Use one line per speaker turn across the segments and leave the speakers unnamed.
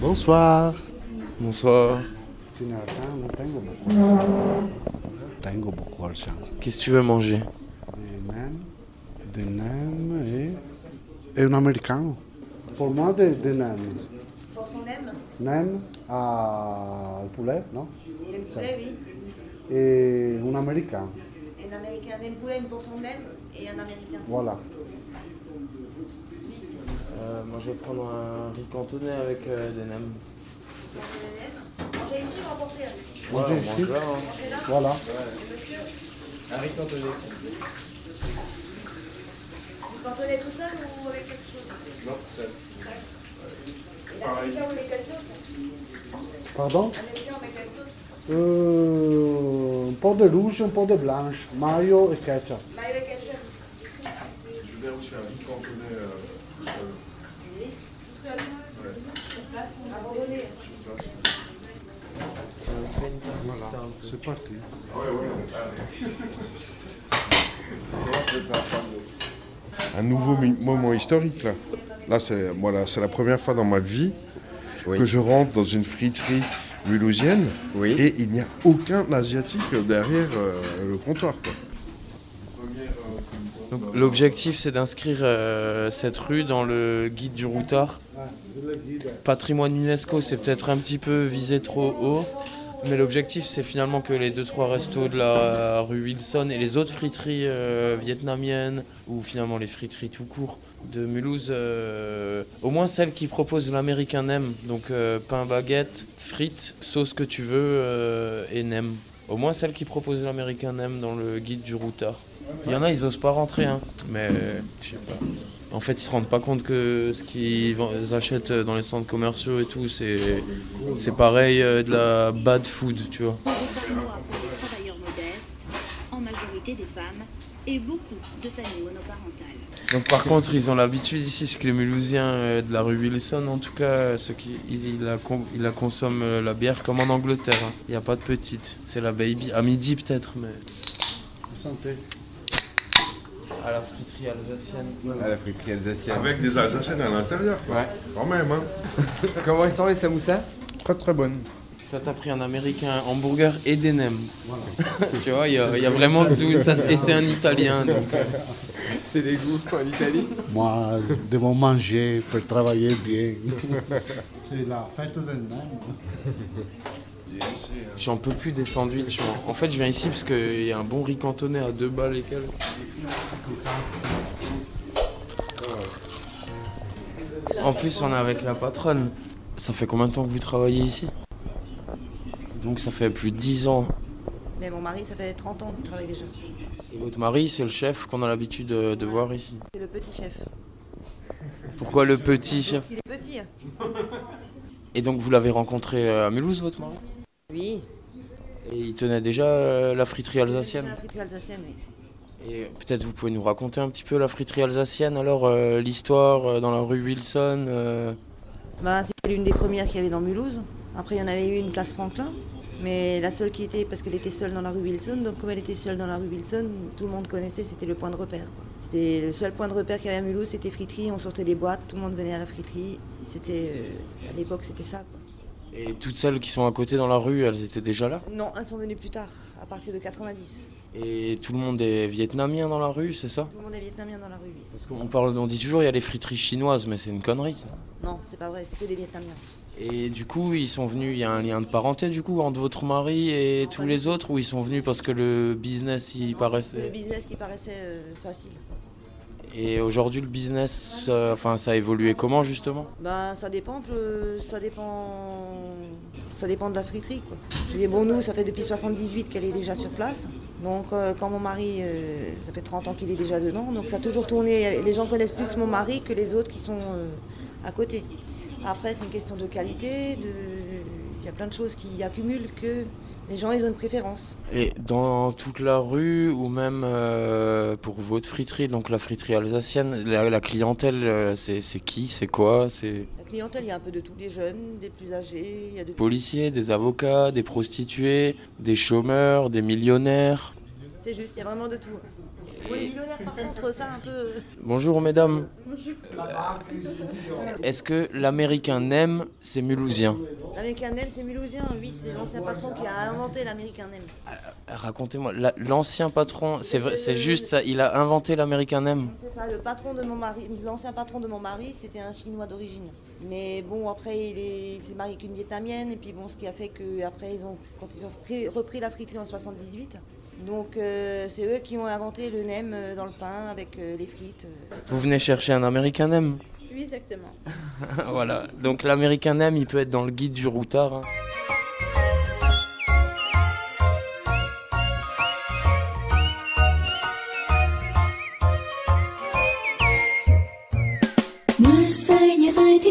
Bonsoir.
Bonsoir.
Non tengo bucolchão. Tengo bucolchão.
Qu'est-ce que tu veux manger
Denem, denem e... É um americano? Por moi, de, de nem.
Pour son aime,
Nem a poulet, non?
des poulets, oui.
Et un américain,
Un américain des poulet, une pour son aime, et un américain.
voilà.
Euh, Moi je vais prendre un riz cantonné avec euh, des nems.
Pour son aime. Mangez ici, ou emporter.
Manger ici, voilà.
Vous cantonnez tout seul ou avec quelque chose Non, seul. Et l'américain, vous mettez quelle sauce
Pardon?
L'américain, on met quelle sauce
Euh, un pot de rouge, un pot de blanche, mayo et ketchup.
Mayo et ketchup.
Je vais aussi un riz cantonné euh, tout seul,
Oui. Tout seul. Abandonné.
tout seul.
Voilà, c'est parti.
Ah ouais, ouais, allez. Comment je vais faire ça, moi un nouveau mi- moment historique là. Là, c'est moi, là, c'est la première fois dans ma vie
Oui.
que je rentre dans une friterie mulhousienne
Oui.
et il n'y a aucun asiatique derrière euh, le comptoir. quoi.
Donc, L'objectif c'est d'inscrire euh, cette rue dans le guide du routard. Patrimoine UNESCO c'est peut-être un petit peu visé trop haut, mais l'objectif c'est finalement que les 2-3 restos de la rue Wilson et les autres friteries euh, vietnamiennes, ou finalement les friteries tout court de Mulhouse, euh, au moins celles qui proposent l'américain nem, donc euh, pain baguette, frites, sauce que tu veux euh, et nem. Au moins celles qui proposent l'américain nem dans le guide du routard. Il y en a, ils osent pas rentrer, hein. Mais euh, je sais pas. En fait, ils se rendent pas compte que ce qu'ils vend- achètent dans les centres commerciaux et tout, c'est c'est pareil euh, de la bad food, tu vois.
des femmes noires, des travailleurs modestes, en majorité des femmes, et beaucoup de familles monoparentales.
Donc par contre, ils ont l'habitude ici, c'est que les Mulhousiens euh, de la rue Wilson, en tout cas, euh, ceux qui ils, ils la, con- ils la consomment euh, la bière comme en Angleterre. hein. Il n'y a pas de petite. C'est la baby à midi peut-être, mais
Santé.
à la friterie alsacienne.
À la friterie alsacienne.
Avec des Alsaciennes à l'intérieur, quoi.
Ouais.
Quand même, hein.
Comment elles sont les samoussas Très très bonnes.
Toi, t'as pris un américain hamburger et des nems. tu vois, il y, a- il y a vraiment tout. Ça, c'est- et c'est un italien, donc. euh,
C'est des goûts en Italie.
Moi, devons manger pour travailler bien. C'est la fête de même.
J'en peux plus des sandwichs. moi. En fait, je viens ici parce qu'il y a un bon riz cantonné à deux balles et quelques. En plus, on est avec la patronne. Ça fait combien de temps que vous travaillez ici Donc, ça fait plus de 10 ans.
Mais mon mari, ça fait 30 ans qu'il travaille déjà. C'est
Et votre mari, c'est le chef qu'on a l'habitude de, de voir ici.
le petit chef.
Pourquoi le petit chef
Il est petit. hein
Et donc, vous l'avez rencontré euh, à Mulhouse, votre mari
Oui.
Et il tenait déjà euh, la friterie alsacienne.
La friterie alsacienne, oui.
Et peut-être vous pouvez nous raconter un petit peu la friterie alsacienne, alors euh, l'histoire euh, dans la rue Wilson. euh,
Bah, c'était l'une des premières qu'il y avait dans Mulhouse. Après, il y en avait eu une place Franklin. Mais la seule qui était, parce qu'elle était seule dans la rue Wilson, donc comme elle était seule dans la rue Wilson, tout le monde connaissait, c'était le point de repère. quoi. C'était le seul point de repère qu'il y avait à Mulhouse, c'était friterie, on sortait des boîtes, tout le monde venait à la friterie. C'était, euh, à l'époque, c'était ça. quoi.
et toutes celles qui sont à côté dans la rue, elles étaient déjà là.
Non, elles sont venues plus tard, à partir de 90.
Et tout le monde est vietnamien dans la rue, c'est ça
Tout le monde est vietnamien dans la rue. oui.
Parce qu'on parle, on dit toujours il y a les friteries chinoises, mais c'est une connerie. ça.
Non, c'est pas vrai, c'est que des vietnamiens.
Et du coup, ils sont venus, il y a un lien de parenté du coup entre votre mari et tous les autres, ou ils sont venus parce que le business il
Le
paraissait.
business qui paraissait euh, facile.
Et aujourd'hui, le business, euh, enfin, ça a évolué comment justement
Ben, ça dépend, peu- ça dépend, ça dépend de la friterie, quoi. Je dis, bon, nous, ça fait depuis 78 qu'elle est déjà sur place. Donc, euh, quand mon mari, euh, ça fait 30 ans qu'il est déjà dedans, donc ça a toujours tourné. Les gens connaissent plus mon mari que les autres qui sont euh, à côté. Après, c'est une question de qualité, de... il y a plein de choses qui accumulent que les gens, ils ont une préférence.
Et dans toute la rue, ou même euh, pour votre friterie, donc la friterie alsacienne, la, la clientèle, euh, c'est c'est qui, c'est quoi C'est
La clientèle, il y a un peu de tous, des jeunes, des plus âgés, il y a de...
des policiers, des avocats, des prostituées, des chômeurs, des millionnaires.
C'est juste, il y a vraiment de tout. Pour les millionnaires, par contre, ça un peu. euh,
Bonjour mesdames. Est-ce que l'américain n'aime, c'est mulhousien
L'américain Nem, c'est mulhousien, oui, c'est l'ancien patron qui a inventé l'américain Nem.
Racontez-moi, la- l'ancien patron, c'est vrai- c'est juste ça, il a inventé l'américain n'aime
C'est ça, le patron de mon mari, l'ancien patron de mon mari, c'était un chinois d'origine. Mais bon, après, il est- il s'est marié avec une vietnamienne, et puis bon, ce qui a fait que après, ils ont, quand ils ont repris, repris la friterie en 78, donc euh, c'est eux qui ont inventé le nem euh, dans le pain avec euh, les frites.
Vous venez chercher un américain n'aime
Oui, exactement.
Voilà, donc l'américain n'aime, il peut être dans le guide du routard. hein.
mưa rơi nhẹ rơi thì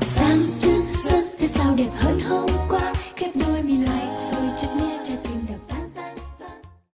sáng thức giấc thế sao đẹp hơn hôm qua khép đôi mi lại